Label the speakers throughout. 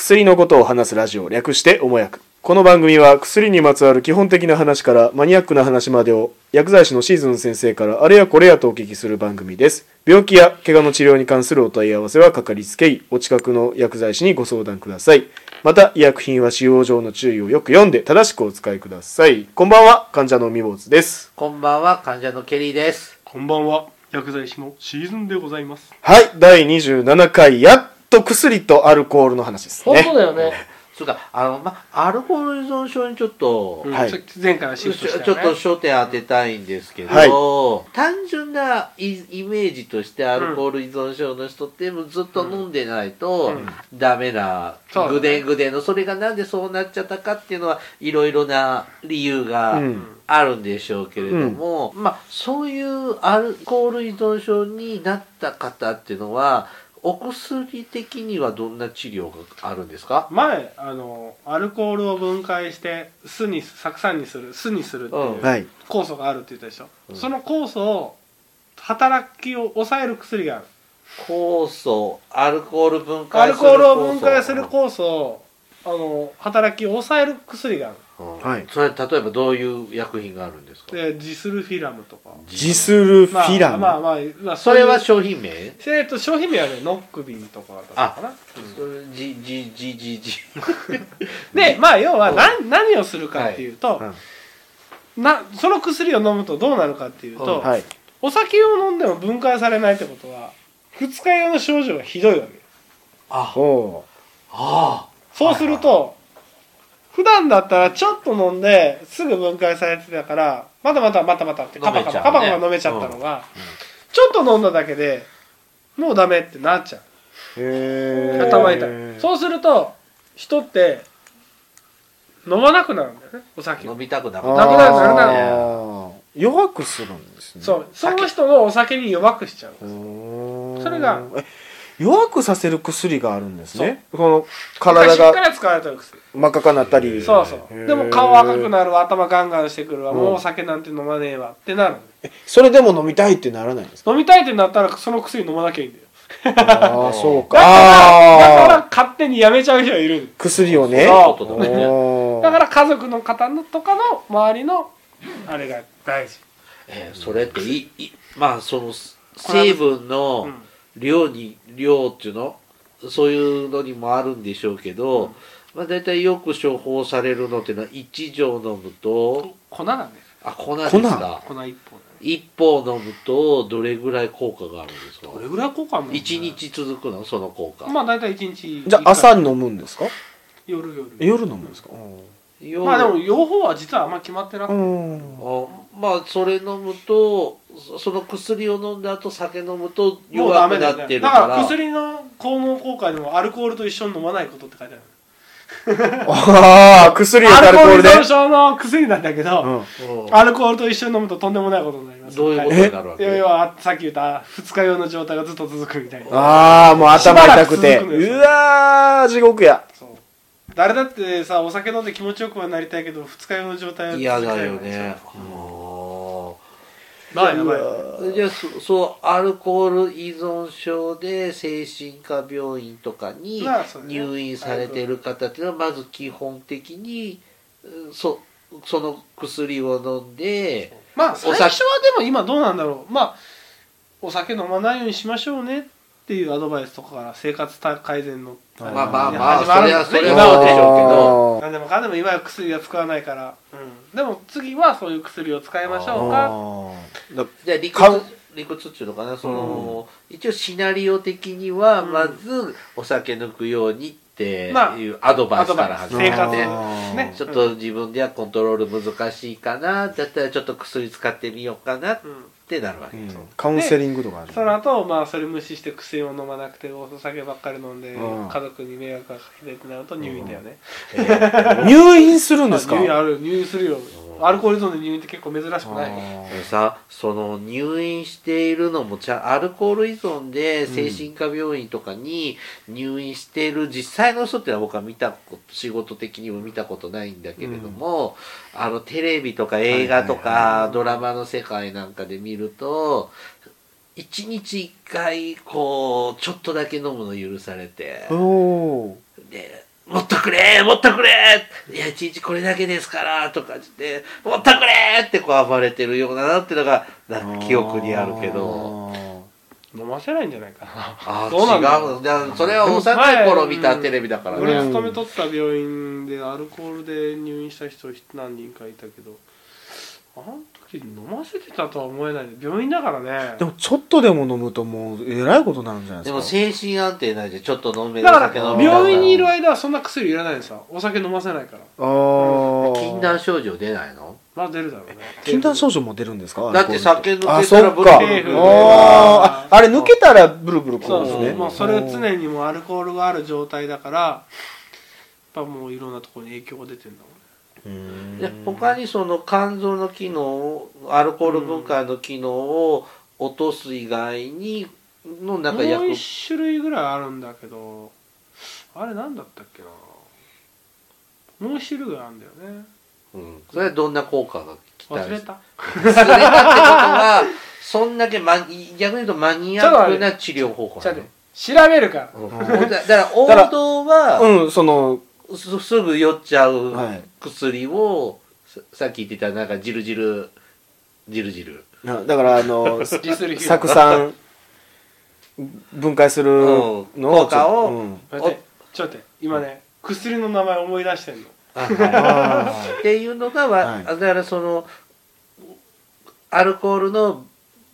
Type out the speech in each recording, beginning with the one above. Speaker 1: 薬のことを話すラジオ略しておもやくこの番組は薬にまつわる基本的な話からマニアックな話までを薬剤師のシーズン先生からあれやこれやとお聞きする番組です病気や怪我の治療に関するお問い合わせはかかりつけ医お近くの薬剤師にご相談くださいまた医薬品は使用上の注意をよく読んで正しくお使いくださいこんばんは患者のみぼうつです
Speaker 2: こんばんは、患者のケリーです。
Speaker 3: こんばんは薬剤師のシーズンでございます
Speaker 1: はい第27回やっと薬とアルコールの話ですね
Speaker 2: だよね。そうか、あの、ま、アルコール依存症にちょっと、
Speaker 3: うん
Speaker 1: はい
Speaker 3: ちょ前回はシフ
Speaker 2: ち
Speaker 3: ト
Speaker 2: ょ
Speaker 3: した
Speaker 2: ちょ
Speaker 3: よ
Speaker 2: っ
Speaker 3: ね
Speaker 2: と焦点当てたいんですけど、
Speaker 1: はい
Speaker 2: 単純なイイメージとしてアルコール依存症の人ってもうずっと飲んでないとダメな
Speaker 3: そうだね
Speaker 2: ぐでんぐでんのそれがなんでそうなっちゃったかっていうのはいろいろな理由が
Speaker 1: うん
Speaker 2: あるんでしょうけれども、まあそういうアルコール依存症になった方っていうのはお薬的にはどんな治療があるんですか
Speaker 3: 前あのアルコールを分解して酢に酢酸にする酢にするって
Speaker 2: うん
Speaker 3: いう
Speaker 1: はい
Speaker 3: 酵素があるって言ったでしょ、
Speaker 2: うん
Speaker 3: その酵素を働きを抑える薬がある
Speaker 2: 酵素アルコール分
Speaker 3: ア
Speaker 2: 解
Speaker 3: ル
Speaker 2: する
Speaker 3: コールを分解する酵素をあの働きを抑える薬がある
Speaker 1: は
Speaker 2: はいい、それ例えばどういう薬品があるんですか
Speaker 3: でジスルフィラムとか
Speaker 1: ジスルフ
Speaker 3: まあ
Speaker 1: ィラム、
Speaker 3: まあまあ、まあ、
Speaker 2: それは
Speaker 3: そうい
Speaker 2: 商
Speaker 3: う
Speaker 2: 品名
Speaker 3: えっと商品名はねノックビンとかだったかな
Speaker 2: それじじじじじ
Speaker 3: でまあ要は何何をするかっていうと、
Speaker 1: はい
Speaker 3: なその薬を飲むとどうなるかっていう
Speaker 2: う
Speaker 3: と、
Speaker 2: ん
Speaker 1: はい
Speaker 3: お酒を飲んでも分解されないってことは二日酔いの症状がひどいわけ
Speaker 2: あ
Speaker 1: おお
Speaker 2: あ
Speaker 3: そうすると、普段だったらちょっと飲んですぐ分解されてたからまたまたまたまたってカパカ
Speaker 2: 飲め
Speaker 3: パ、
Speaker 2: ちゃうね
Speaker 3: カパカパ飲めちゃったのが、
Speaker 2: うん
Speaker 3: ちょっと飲んだだけでもうダメってなっちゃう
Speaker 1: へー
Speaker 3: 頭痛いそうすると人って飲まなくなるんだよねお酒を
Speaker 2: 飲みたくなく
Speaker 1: あー
Speaker 3: なくなるなくな
Speaker 2: る
Speaker 1: 弱くするんですね
Speaker 3: そうその人のお酒に弱くしちゃう
Speaker 1: うーん
Speaker 3: それが
Speaker 1: え弱くさせる薬があるんですねこの体
Speaker 3: 昔か
Speaker 1: が
Speaker 3: ら使われてる薬
Speaker 1: 真っ赤かになったり
Speaker 3: そうそ
Speaker 1: へー
Speaker 3: うでも顔赤くなるわ頭ガンガンしてくるわ
Speaker 1: うん
Speaker 3: もうお酒なんて飲まねえわってなる
Speaker 1: それでも飲みたいってならないんです か
Speaker 3: 飲みたいってなったらその薬飲まなきゃいいんだよ
Speaker 1: ああそうか
Speaker 3: だからだから
Speaker 1: ああ
Speaker 3: 勝手にやめちゃう人はいる
Speaker 1: 薬をね
Speaker 2: そう
Speaker 1: お
Speaker 2: そういうことだね
Speaker 1: ー
Speaker 3: だから家族の方のとかの周りのあれが大事
Speaker 2: えーそれっていいまあその成分
Speaker 3: う
Speaker 2: の
Speaker 3: ん
Speaker 2: 量に量っていうのそういうのにもあるんでしょうけど、まあ、大体よく処方されるのっていうのは1錠飲むと
Speaker 3: 粉なんだよ
Speaker 2: あ粉ですか
Speaker 3: 粉一本
Speaker 2: 一方飲むとどれぐらい効果があるんですか
Speaker 3: どれぐらい効果あるの
Speaker 2: 一日続くのその効果、
Speaker 3: まあ大体一日
Speaker 1: じゃあ朝に飲むんですか
Speaker 3: 夜夜
Speaker 1: 夜飲むんですか
Speaker 2: 夜
Speaker 3: まあでも用法は実はあんま決まってな
Speaker 1: う
Speaker 3: くて
Speaker 1: ん
Speaker 2: あまあそれ飲むとそその薬を飲んだ後酒飲むと
Speaker 3: もうダ
Speaker 2: 弱
Speaker 3: メ
Speaker 2: く
Speaker 3: だ
Speaker 2: なっ
Speaker 3: よね
Speaker 2: てる
Speaker 3: だ
Speaker 2: から
Speaker 3: から薬の効能効果にもアルコールと一緒に飲まないことって書いてある
Speaker 1: ああ薬を
Speaker 3: ア
Speaker 1: ア
Speaker 3: ル
Speaker 1: ル
Speaker 3: コ
Speaker 1: コ
Speaker 3: ー
Speaker 1: ー
Speaker 3: ル
Speaker 1: ル
Speaker 3: 依
Speaker 1: で
Speaker 3: 存症の薬なんだけど、
Speaker 1: うん
Speaker 2: うん
Speaker 3: アルコールと一緒に飲むととんでもないことになります
Speaker 2: どういうこと
Speaker 3: は
Speaker 2: になるわけ
Speaker 3: い要はさっき言った二日用の状態がずっと続くみたいな
Speaker 1: ああもう頭痛くて
Speaker 3: しばらく続くんです
Speaker 1: う
Speaker 3: よ
Speaker 1: わー地獄や
Speaker 3: そう誰だってさお酒飲んで気持ちよくはなりたいけど二日用の状態は続き
Speaker 2: 嫌
Speaker 3: たいわ
Speaker 2: だ
Speaker 3: けでし
Speaker 2: よ
Speaker 3: ょ
Speaker 2: ね、
Speaker 3: まあやばいよ
Speaker 1: うわ
Speaker 2: うんじゃあそそうアルコール依存症で精神科病院とかに
Speaker 3: まあそうね
Speaker 2: 入院されてる方っていうのはまず基本的にうんそその薬を飲んで
Speaker 3: まあ
Speaker 2: 酒
Speaker 3: 最初はでも今どうなんだろうまあお酒飲まないようにしましょうねっていうアドバイスとかから生活改善のれ
Speaker 1: ま
Speaker 2: まあまあ
Speaker 3: ね
Speaker 2: まあ
Speaker 3: 始ま
Speaker 2: そ
Speaker 3: る
Speaker 2: れ
Speaker 3: んで
Speaker 2: は
Speaker 3: す
Speaker 2: そ
Speaker 3: ね
Speaker 2: れ
Speaker 3: 今
Speaker 2: は
Speaker 3: は
Speaker 2: でし
Speaker 3: ね
Speaker 2: ょうけ
Speaker 1: あ
Speaker 2: ど
Speaker 1: ー
Speaker 3: 何でもかんでも今は薬は使わないから、うん、でも次はそういう薬を使いましょうか
Speaker 1: あーだ
Speaker 2: じゃあ理
Speaker 1: 買う
Speaker 2: 屈理屈っていうのかなその、一応シナリオ的には
Speaker 3: うん
Speaker 2: まずお酒抜くようにって
Speaker 3: まあ
Speaker 2: いうアドバイスから始ま
Speaker 3: 生
Speaker 2: っ
Speaker 3: 活
Speaker 2: て、
Speaker 1: あー
Speaker 3: ね
Speaker 2: ちょっと自分ではコントロール難しいかなだったらちょっと薬使ってみようかなっ
Speaker 3: うん
Speaker 2: てなるわ
Speaker 1: う
Speaker 2: け、
Speaker 1: んカウンセリングとかある
Speaker 3: その後まあそれ無視して薬を飲まなくてお酒ばっかり飲んで、
Speaker 1: うん
Speaker 3: 家族に迷惑がかけてってなると入院だよね、
Speaker 1: 入院するんですか
Speaker 3: 入院ある入院するよアルコール依存で入院って結構珍しくない
Speaker 2: でさその入院しているのもちゃんアルコール依存で精神科病院とかに入院している実際の人っていうのは僕は見たこと仕事的にも見たことないんだけれども、あのテレビとか映画と
Speaker 1: はいはい
Speaker 2: かドラマの世界なんかで見ると1日1回こうちょっとだけ飲むの許されて
Speaker 1: おー
Speaker 2: でもっとくれもっとくれいや、一日これだけですからとか言って、もっとくれってこう暴れてるようだなっていうのが、なんか記憶にあるけど。
Speaker 3: 飲ませないんじゃないかな
Speaker 2: ああ、
Speaker 3: どうなんだろう
Speaker 2: 違うんだ。それは幼い頃見たテレビだから
Speaker 3: 俺
Speaker 2: ね。
Speaker 1: うん
Speaker 3: 勤めとった病院でアルコールで入院した人何人かいたけどあの時飲ませてたとは思えないね病院だからね
Speaker 1: でもちょっとでも飲むともうえらいことになるんじゃないで
Speaker 2: ですも
Speaker 1: か
Speaker 2: 精神安定ないで、ちょっと飲める
Speaker 3: だか
Speaker 2: 酒飲
Speaker 3: ら
Speaker 2: めながら
Speaker 3: 病院にいる間はそんな薬いらないんですよお酒飲ませないから
Speaker 1: あー
Speaker 2: 禁断症状出ないの
Speaker 3: まあ出るだろうね
Speaker 1: 禁断症状も出るんですか
Speaker 2: だって酒抜けたら
Speaker 1: あそっか
Speaker 2: ブルブル
Speaker 3: ブルブル
Speaker 1: あーああれ抜けたらブルブルくる
Speaker 3: そ
Speaker 1: ん
Speaker 3: う
Speaker 1: で
Speaker 3: そ
Speaker 1: す
Speaker 3: う
Speaker 1: ね
Speaker 3: もうそれを常にもうアルコールがある状態だからやっぱもういろんなところに影響が出てんだもんね
Speaker 1: うん
Speaker 2: で他にその肝臓の機能をアルコール分解の機能を落とす以外にのなんか
Speaker 3: も
Speaker 2: 薬
Speaker 3: う一種類ぐらいあるんだけどあれなんだったっけなもう一種類があるんだよね
Speaker 2: うん、それはどんな効果が期待
Speaker 3: 忘れた
Speaker 2: 忘れたってことはそんだけマニ逆に言うとマニアックな治療方法
Speaker 3: じゃ
Speaker 2: な
Speaker 3: あ
Speaker 2: の
Speaker 3: ね調べるから
Speaker 2: うんだだから王道は、
Speaker 1: うんその
Speaker 2: すすぐ酔っちゃう
Speaker 1: はい
Speaker 2: 薬を、ささっき言ってたなんかジルジルジルジル
Speaker 1: なだからあの
Speaker 3: ディスる日
Speaker 1: 酢酸分解するの
Speaker 2: うん効果を
Speaker 1: うん
Speaker 3: 待ってちょっと待って今ね薬の名前思い出してんの
Speaker 2: あはいっていうのがわ、
Speaker 1: はい
Speaker 2: だからそのアルコールの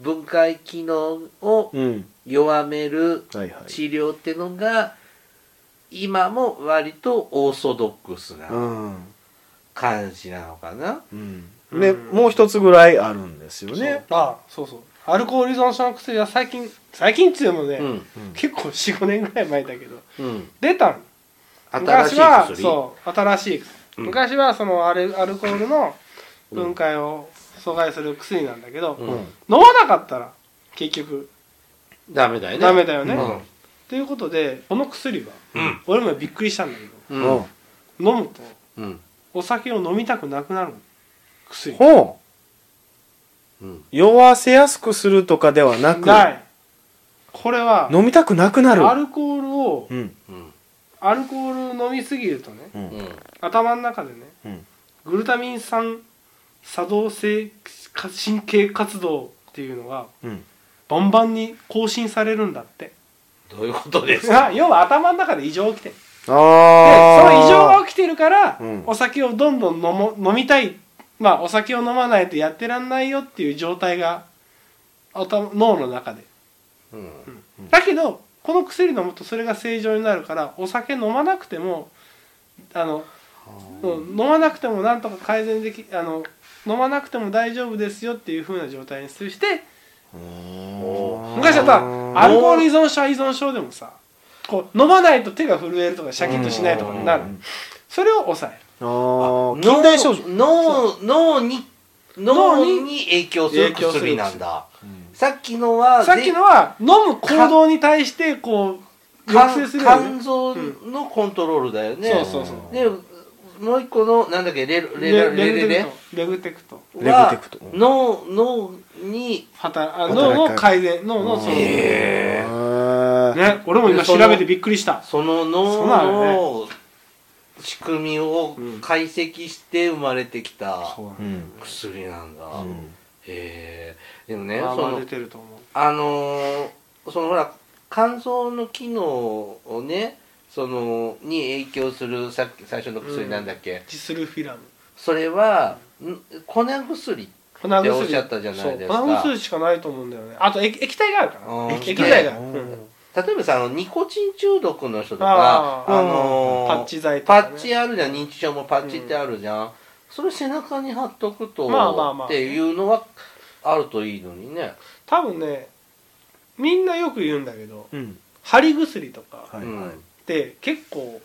Speaker 2: 分解機能を
Speaker 1: うん
Speaker 2: 弱める
Speaker 1: はいはい
Speaker 2: 治療ってのが今も割とオーソドックス
Speaker 1: う
Speaker 2: なん感じなのかな。
Speaker 1: うん
Speaker 3: うん
Speaker 1: ねもう一つぐらいあるんですよね
Speaker 3: そうあそうそうアルコール依存症の薬は最近最近っつうのね、
Speaker 2: うん
Speaker 3: 結構45年ぐらい前だけど
Speaker 2: うん、
Speaker 3: 出たん
Speaker 2: 新しい
Speaker 3: 昔は
Speaker 2: 薬
Speaker 3: そう新しい薬、
Speaker 2: うん
Speaker 3: 昔はそのアルアルコールの分解を阻害する薬なんだけど、
Speaker 2: うん
Speaker 3: 飲まなかったら結局
Speaker 2: ダメだよね。
Speaker 3: ダメだよね、
Speaker 2: う
Speaker 3: と
Speaker 2: ん
Speaker 3: いうことでこの薬は、
Speaker 2: うん
Speaker 3: 俺もびっくりしたんだけど
Speaker 2: う
Speaker 1: うんん
Speaker 3: 飲むと
Speaker 2: うん
Speaker 3: お酒を飲みたくなくなる薬
Speaker 1: ほう
Speaker 2: うん
Speaker 1: 酔わせやすくするとかではなく
Speaker 3: ないこれは
Speaker 1: 飲みたくなくなる
Speaker 3: アルコールを
Speaker 1: うん
Speaker 2: うん
Speaker 3: アルコールを飲みすぎるとね
Speaker 1: うん
Speaker 2: うん
Speaker 3: 頭の中でね
Speaker 1: うん
Speaker 3: グルタミン酸作動性神経活動っていうのが
Speaker 1: うん
Speaker 3: バンバンに更新されるんだって
Speaker 2: どういうことですか。
Speaker 3: あ要は頭の中で異常が起きてるで
Speaker 1: あ
Speaker 3: そ
Speaker 1: あ
Speaker 3: の異常が起きてるから、
Speaker 1: うん
Speaker 3: お酒をどんどん飲も飲みたいまあお酒を飲まないとやってらんないよっていう状態が頭脳の中で
Speaker 2: うん
Speaker 3: だけどこの薬飲むとそれが正常になるからお酒飲まなくてもあの、うん飲まなくてもなんとか改善できあの飲まなくても大丈夫ですよっていう風な状態にして昔だったらアルコール依存症は依存症でもさこう飲まないと手が震えるとかシャキッとしないとかになるそれを抑える
Speaker 1: あー近代症状
Speaker 2: 脳脳に脳に影響する薬なんださっきのは
Speaker 3: さっきのは飲む行動に対してこう
Speaker 2: で肝
Speaker 3: 抑制するよ
Speaker 2: 肝
Speaker 3: ね
Speaker 2: 臓のコントロールだよね、
Speaker 3: そうそうそう
Speaker 2: でもう一個のなんだっけレルレ
Speaker 3: レ
Speaker 2: ル
Speaker 3: レ
Speaker 2: レ
Speaker 3: グ
Speaker 2: レ
Speaker 3: テ
Speaker 2: レ
Speaker 3: クトレ
Speaker 1: レ
Speaker 3: グテクト
Speaker 1: グテクトうん
Speaker 2: 脳脳に
Speaker 3: 働あ
Speaker 1: 働き
Speaker 3: 脳の
Speaker 1: かけ
Speaker 3: 改善脳のそのね
Speaker 2: へ
Speaker 1: あー
Speaker 3: 俺も今調べてびっくりした
Speaker 2: その
Speaker 3: そ
Speaker 2: 脳
Speaker 3: うなの
Speaker 2: の仕組みを解析して生まれてきた
Speaker 3: そう
Speaker 1: う
Speaker 3: だね
Speaker 1: ん
Speaker 2: 薬なんだ、
Speaker 1: うん
Speaker 2: へえでもね
Speaker 3: まあ
Speaker 2: そ
Speaker 3: まあ
Speaker 2: の
Speaker 3: 出てると思う
Speaker 2: あのーそのほら肝臓の機能をねそのに影響するさっき最初の薬なんだっけ、
Speaker 3: ジスルフィラム
Speaker 2: それはん粉薬
Speaker 3: 粉薬
Speaker 2: っておっしゃったじゃないですか
Speaker 3: そう粉薬しかないと思うんだよねあと液液体があるか
Speaker 2: うん
Speaker 3: ら液体がある
Speaker 1: うん
Speaker 3: うん
Speaker 2: 例えばさあのニコチン中毒の人とか
Speaker 3: あ
Speaker 2: あ
Speaker 3: ー
Speaker 2: のー
Speaker 3: パッチ剤と
Speaker 2: パ
Speaker 3: かね
Speaker 2: ッチあるじゃん認知症もパッチってあるじゃん、それ背中に貼っとくと、
Speaker 3: まあまあまあ
Speaker 2: っていうのはあるといいのにね、
Speaker 3: 多分ねみんなよく言うんだけど
Speaker 1: うん
Speaker 3: 貼り薬とか
Speaker 1: はい
Speaker 2: うん
Speaker 1: はい
Speaker 3: って結構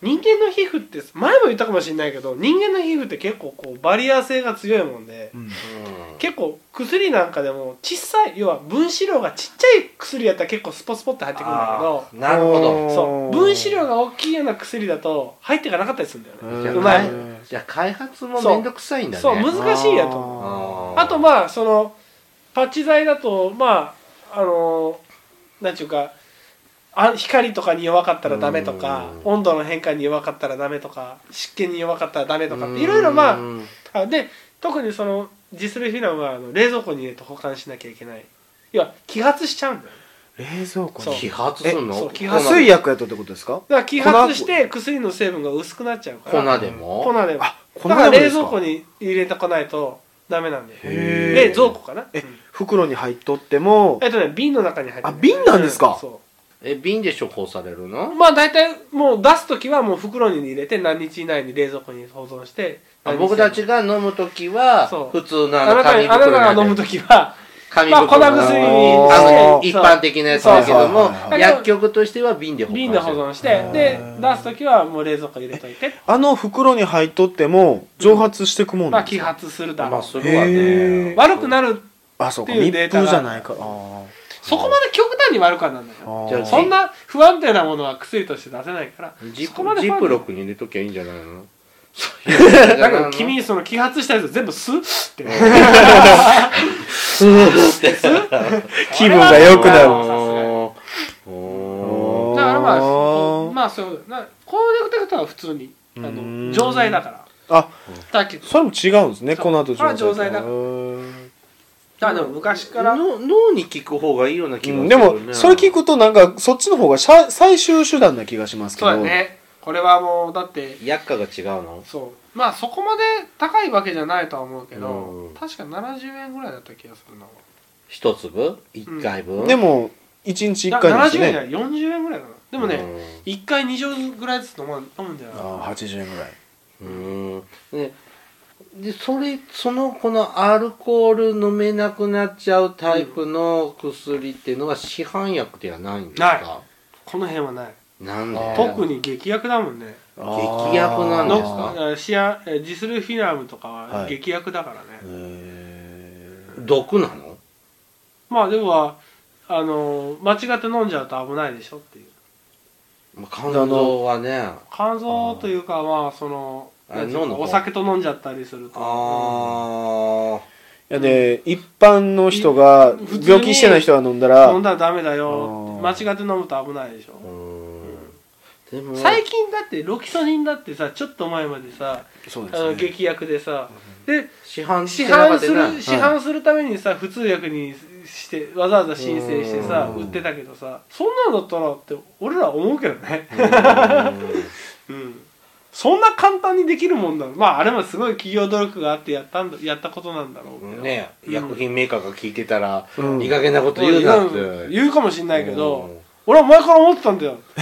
Speaker 3: 人間の皮膚って前も言ったかもしれないけど人間の皮膚って結構こうバリア性が強いもんで
Speaker 1: うん
Speaker 2: うん
Speaker 3: 結構薬なんかでも小さい要は分子量がちっちゃい薬やったら結構スポスポって入ってくるんだけど
Speaker 2: あーなるほど
Speaker 3: そう分子量が大きいような薬だと入っていかなかったりするんだよね、
Speaker 2: じゃあ
Speaker 3: うまい
Speaker 2: 開じゃあ開発もめんどくさいんだね
Speaker 3: そうむず難しいやと
Speaker 2: あー
Speaker 3: あとまあそのパッチ剤だとまああのーなんちゅうかあ光とかに弱かったらダメとか
Speaker 2: う
Speaker 3: 温度の変化に弱かったらダメとか湿気に弱かったらダメとかっていろいろまああで特にそのジスルフィナムはあの冷蔵庫に入れて保管しなきゃいけないいや揮発しちゃうんだよ
Speaker 1: 冷蔵庫
Speaker 3: そう
Speaker 1: に
Speaker 2: 揮発すん
Speaker 3: えそ
Speaker 2: の
Speaker 3: う揮発
Speaker 1: 水薬やったってことですか
Speaker 3: だから揮発して薬の成分が薄くなっちゃうから
Speaker 2: 粉でも
Speaker 3: 粉でも
Speaker 1: あ粉で
Speaker 3: だ
Speaker 1: もですから
Speaker 3: か冷蔵庫に入れてこないとダメなんだよ
Speaker 1: へー
Speaker 3: 冷蔵庫かな
Speaker 1: え
Speaker 3: うん
Speaker 1: 袋に入っとっても
Speaker 3: えっとね瓶の中に入ってる
Speaker 1: あ瓶なんですか
Speaker 3: うそ
Speaker 2: え瓶で処方される
Speaker 3: う
Speaker 2: の
Speaker 3: まあ大体もう出す時はもう袋に入れて何日以内に冷蔵庫に保存して
Speaker 2: あ僕たちが飲む時は
Speaker 3: そう
Speaker 2: 普通の
Speaker 3: あ
Speaker 2: あの
Speaker 3: なた
Speaker 2: 紙
Speaker 3: あな
Speaker 2: 袋
Speaker 3: たが飲む時は
Speaker 2: 紙
Speaker 3: まあ
Speaker 2: 袋
Speaker 3: 粉薬に
Speaker 2: の
Speaker 1: あ
Speaker 2: あの
Speaker 3: して
Speaker 2: 一
Speaker 3: そう
Speaker 2: 般的なやつだけども
Speaker 1: そうそう
Speaker 3: そう
Speaker 2: 薬局としては瓶で保管
Speaker 3: 瓶で保存して
Speaker 1: うん
Speaker 3: で出す時はもう冷蔵庫入れといて
Speaker 1: あの袋に入っとっても蒸発してくもんな
Speaker 3: ま
Speaker 1: ん
Speaker 3: あ
Speaker 1: です
Speaker 3: 揮
Speaker 1: か、
Speaker 3: 発するだ
Speaker 2: ま
Speaker 3: ろ
Speaker 2: あ
Speaker 3: う
Speaker 2: するわね
Speaker 1: へー
Speaker 3: 悪くなる
Speaker 1: あそうか
Speaker 3: っていう
Speaker 1: 密
Speaker 3: データが
Speaker 1: 封じゃないからあー
Speaker 3: そこまで極端に悪くはなんない
Speaker 1: あ
Speaker 3: よ
Speaker 1: ー
Speaker 2: じゃあ
Speaker 3: そんな不安定なものは薬として出せないから
Speaker 2: ジ
Speaker 3: そ
Speaker 2: ッ
Speaker 3: こ
Speaker 2: プ
Speaker 3: まで
Speaker 2: ジ
Speaker 3: 不
Speaker 2: ッ
Speaker 3: 安
Speaker 2: プ
Speaker 3: 定
Speaker 2: ロックに入れときゃいいんじゃないの
Speaker 3: だから君その揮発したやつ全部スッって
Speaker 1: 気分が良くなる
Speaker 3: あれはさすがに
Speaker 2: おー
Speaker 3: だからまあそ
Speaker 1: あー
Speaker 3: うまあそうだなコーデクテクトは普通にあ
Speaker 1: うー
Speaker 3: の
Speaker 1: ん
Speaker 3: 錠剤だから
Speaker 1: あ
Speaker 3: だけど
Speaker 1: それも違うんですね
Speaker 3: そう
Speaker 1: この後
Speaker 3: これは錠剤だ
Speaker 1: うーん
Speaker 3: だからでも昔から
Speaker 2: の脳に効く方がいいような気
Speaker 1: う
Speaker 2: がする
Speaker 1: ん
Speaker 2: ね
Speaker 1: でもそれ聞くとなんかそっちの方がしゃ最終手段な気がしますけ
Speaker 3: そう
Speaker 1: ど
Speaker 3: だねこれはもうだって
Speaker 2: 薬価が違うの
Speaker 3: そうまあそこまで高いわけじゃないとは思うけ
Speaker 2: う
Speaker 3: ど
Speaker 2: ん
Speaker 3: 確か70円ぐらいだった気がするな
Speaker 2: 一粒一回分
Speaker 1: でも1日1
Speaker 3: だ
Speaker 1: 回です
Speaker 3: 70円じゃ
Speaker 1: ね
Speaker 3: ない40円ぐらいかなでも
Speaker 2: う
Speaker 3: ね
Speaker 2: ん
Speaker 3: 1回2錠ぐらいずつ飲む飲むんじゃない
Speaker 1: ああ80円ぐらいう
Speaker 2: ーんででそれそのこのアルコール飲めなくなっちゃうタイプの薬っていうのは市販薬ではないんですか
Speaker 3: この辺はない
Speaker 2: なんで
Speaker 1: あー
Speaker 3: 特に劇薬だもんね
Speaker 2: 劇薬なん
Speaker 3: の
Speaker 2: ですか
Speaker 3: あシアえジスルフィナムとかは
Speaker 1: はい
Speaker 3: 劇薬だからね、
Speaker 1: へー
Speaker 2: 毒なの
Speaker 3: まあでもあの間違って飲んじゃうと危ないでしょっていう
Speaker 2: まあ肝臓はねあ
Speaker 3: 肝臓というかまあその
Speaker 2: あ
Speaker 3: なんていうか
Speaker 2: 飲んだ方
Speaker 3: お酒と飲んじゃったりすると
Speaker 2: あ
Speaker 1: いやで、一般の人が
Speaker 3: 普通に
Speaker 1: 病気してない人が飲んだ
Speaker 3: 飲ん
Speaker 1: ら
Speaker 3: だらダメだよ
Speaker 1: あ
Speaker 3: 間違って飲むと危ないでしょ
Speaker 2: うーんでも
Speaker 3: 最近だってロキソニンだってさちょっと前までさ
Speaker 1: そう
Speaker 3: あの劇薬でさで
Speaker 2: 市販
Speaker 3: 市
Speaker 2: してなか
Speaker 3: 販
Speaker 2: った
Speaker 3: す
Speaker 2: よ
Speaker 3: る
Speaker 2: ね
Speaker 3: 市販するためにさ普通薬にしてわざわざ申請してさ
Speaker 2: うん
Speaker 3: 売ってたけどさそんなんだったらって俺ら思うけどねうんそんな簡単にできるもんだまああれもすごい企業努力があってやったんだやったことなんだろうけ
Speaker 2: う
Speaker 3: ど
Speaker 2: んね
Speaker 3: うん
Speaker 2: 薬品メーカーが聞いてたら
Speaker 1: うん
Speaker 2: いい加減なこと言うなって
Speaker 3: うん言うかもしんないけ
Speaker 2: う
Speaker 3: ど
Speaker 2: ん
Speaker 3: 俺は前から思ってたんだよ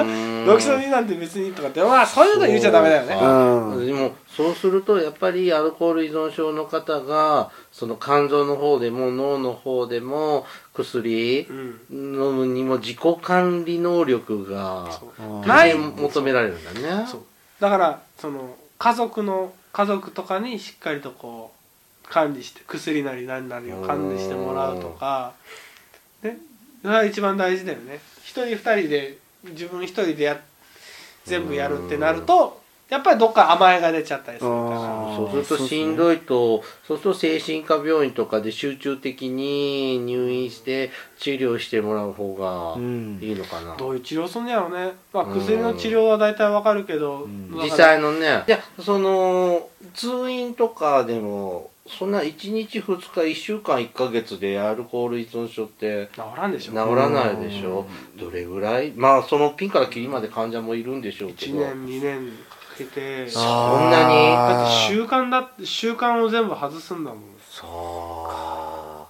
Speaker 2: うん
Speaker 3: ロキソニンなんて別にとかってまあそういうの言っちゃダメだよ
Speaker 2: そう
Speaker 3: ね
Speaker 2: か
Speaker 1: うん
Speaker 2: でもそうするとやっぱりアルコール依存症の方がその肝臓の方でも脳の方でも薬
Speaker 3: うん
Speaker 2: 飲むにも自己管理能力が
Speaker 3: そう
Speaker 1: うん
Speaker 3: な
Speaker 2: 大
Speaker 3: い
Speaker 2: 変求められるんだね
Speaker 3: そうだからその家族の家族とかにしっかりとこう管理して薬なり何なりを管理してもらうとかねそれは一番大事だよね一人二人で自分一人でや全部やるってなるとやっぱりどっか甘えが出ちゃったりするか
Speaker 1: あー
Speaker 2: そうする
Speaker 1: そ
Speaker 2: と
Speaker 1: うです
Speaker 2: し
Speaker 1: ね
Speaker 2: んどいとそうすると精神科病院とかで集中的に入院して治療してもらう方が
Speaker 1: うん
Speaker 2: いいのかな
Speaker 3: らどういう治療すんのやろうね、まあ、薬の治療は大体わかるけど
Speaker 1: うん
Speaker 3: だから
Speaker 2: 実際のねでその通院とかでもそんな1日2日1週間1ヶ月でアルコール依存症って
Speaker 3: 治らんでし
Speaker 2: 治
Speaker 3: ょ
Speaker 2: らないでしょどれぐらいまあそのピンからキリまで患者もいるんでしょうけ
Speaker 3: 1
Speaker 2: ど
Speaker 3: 年2年かけて
Speaker 2: そんなに
Speaker 3: だって
Speaker 1: あー
Speaker 3: 習慣だって習慣を全部外すんだもん
Speaker 2: さあ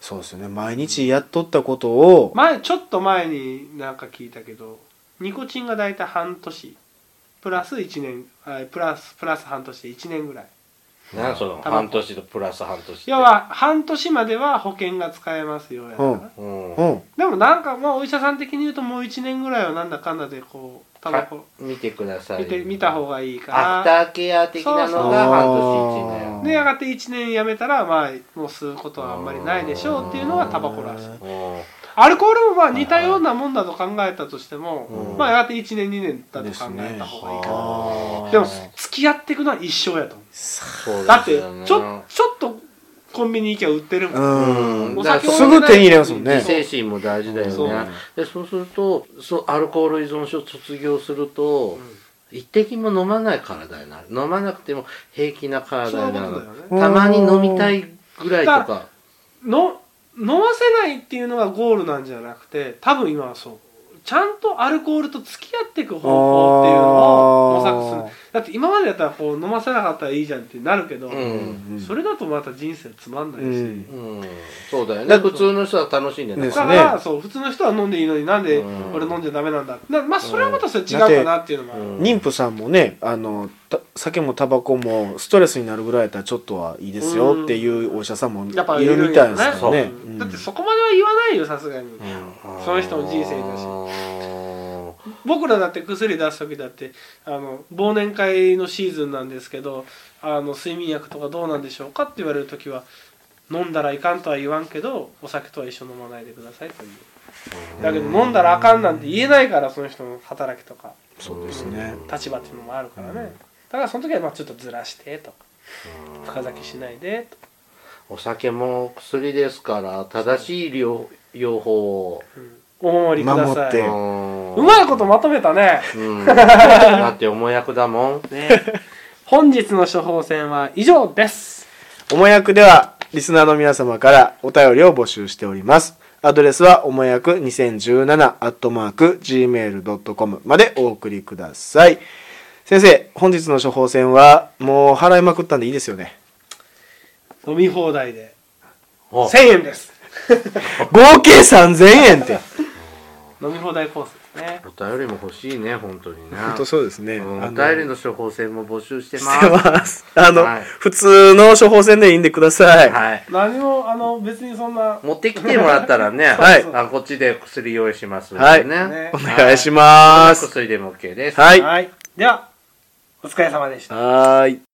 Speaker 1: そうですよね毎日やっとったことを
Speaker 3: 前ちょっと前になんか聞いたけどニコチンが大体半年プラス1年あプラスプラス半年で1年ぐらい
Speaker 2: なその
Speaker 3: タバコ
Speaker 2: 半年とプラス半年って
Speaker 3: 要は半年までは保険が使えますよやったかな
Speaker 1: うん
Speaker 2: うん
Speaker 1: うん
Speaker 3: でもなんかまあお医者さん的に言うともう1年ぐらいはなんだかんだでこうタバコ
Speaker 2: 見てください
Speaker 3: 見て見た方がいいか
Speaker 2: アフ
Speaker 3: ら
Speaker 2: ターケア的なのが半年1
Speaker 3: でやがて1年やめたらまあもう吸うことはあんまりないでしょうっていうのがタバコらしい
Speaker 2: 年
Speaker 3: アルコールもまあ似たようなもんだと考えたとしても、
Speaker 2: うん
Speaker 3: まあやがて1年2年だと考えた方がいいかな、
Speaker 1: は
Speaker 3: でも付き合っていくのは一生やと思
Speaker 2: そう
Speaker 3: う
Speaker 2: で
Speaker 3: だっ
Speaker 2: す
Speaker 3: て
Speaker 2: よね
Speaker 3: ちょちょっとコンビニ行きゃ売ってるもん、
Speaker 1: うん
Speaker 2: うん
Speaker 3: お酒を
Speaker 1: すぐ手に入れますもんね
Speaker 2: 自制心も大事だよね、
Speaker 3: そう
Speaker 2: でそうするとそうアルコール依存症を卒業すると、一滴も飲まない体になる飲まなくても平気な体にな
Speaker 3: そう
Speaker 2: る
Speaker 3: いうことだよ
Speaker 1: ね
Speaker 2: たまに飲みたいぐらいと
Speaker 3: だ
Speaker 2: か
Speaker 3: の飲ませないっていうのがゴールなんじゃなくて多分今はそうちゃんとアルコールと付き合っていく方法っていうのを模索するだって今までだったらこう飲ませなかったらいいじゃんってなるけど、
Speaker 2: う、
Speaker 1: うんん
Speaker 3: それだとまた人生つまんないし、
Speaker 1: うん
Speaker 2: うん、そうだよね
Speaker 3: だから
Speaker 2: 普通の人は楽しんでない
Speaker 1: で
Speaker 3: だ
Speaker 1: すね
Speaker 3: から、そう普通の人は飲んでいいのになんで
Speaker 2: うん
Speaker 3: 俺飲んじゃダメなんだなまあそれはまたそれ違うかなっていうのもある、
Speaker 2: うん
Speaker 1: 妊婦さんもねあのた酒もタバコもストレスになるぐらいだったらちょっとはいいですよっていうお医者さんもい
Speaker 3: やっぱ
Speaker 1: るみたいですからね
Speaker 3: いるよ
Speaker 1: う
Speaker 3: ね
Speaker 1: ん
Speaker 3: だってそこまでは言わないよさすがに、
Speaker 2: うん
Speaker 3: その人の人生だし僕らだって薬出す時だってあの忘年会のシーズンなんですけどあの睡眠薬とかどうなんでしょうかって言われる時は飲んだらいかんとは言わんけどお酒とは一緒に飲まないでくださいというだけど飲んだらあかんなんて言えないからその人の働きとか
Speaker 1: そうですね
Speaker 3: 立場っていうのもあるからねだからその時はまあちょっとずらしてとか深酒しないでとか
Speaker 2: お酒も薬ですから正しい療療法を
Speaker 3: お守りくださ
Speaker 1: 守って
Speaker 3: い
Speaker 2: うん
Speaker 3: うまいことまとめたね
Speaker 2: うん、だって思い役だもん
Speaker 3: ね本日の処方箋は以上です
Speaker 1: おもやくではリスナーの皆様からお便りを募集しておりますアドレスはおもやく2017アットマーク gmail.com までお送りください先生本日の処方箋はもう払いまくったんでいいですよね
Speaker 3: 飲み放題で
Speaker 2: お
Speaker 3: 1000円です
Speaker 1: 合計3000円って
Speaker 3: 飲み放題コースですね
Speaker 2: お便りも欲しいね本当にね
Speaker 1: 本当そうですね
Speaker 2: うん
Speaker 1: あ
Speaker 2: お
Speaker 1: の
Speaker 2: 便りの処方箋も募集してま
Speaker 1: し
Speaker 2: す
Speaker 1: てます。あの、
Speaker 2: はい
Speaker 1: 普通の処方箋でいいんでください。
Speaker 2: はい
Speaker 3: 何もあの別にそんな
Speaker 2: 持ってきてもらったらね、
Speaker 1: はい
Speaker 2: あこっちで薬用意しますんで
Speaker 1: はい
Speaker 2: ね
Speaker 3: ね
Speaker 1: お願いします。
Speaker 2: 薬でも OK です
Speaker 1: はい。
Speaker 3: はいではお疲れ様でした
Speaker 1: はーい。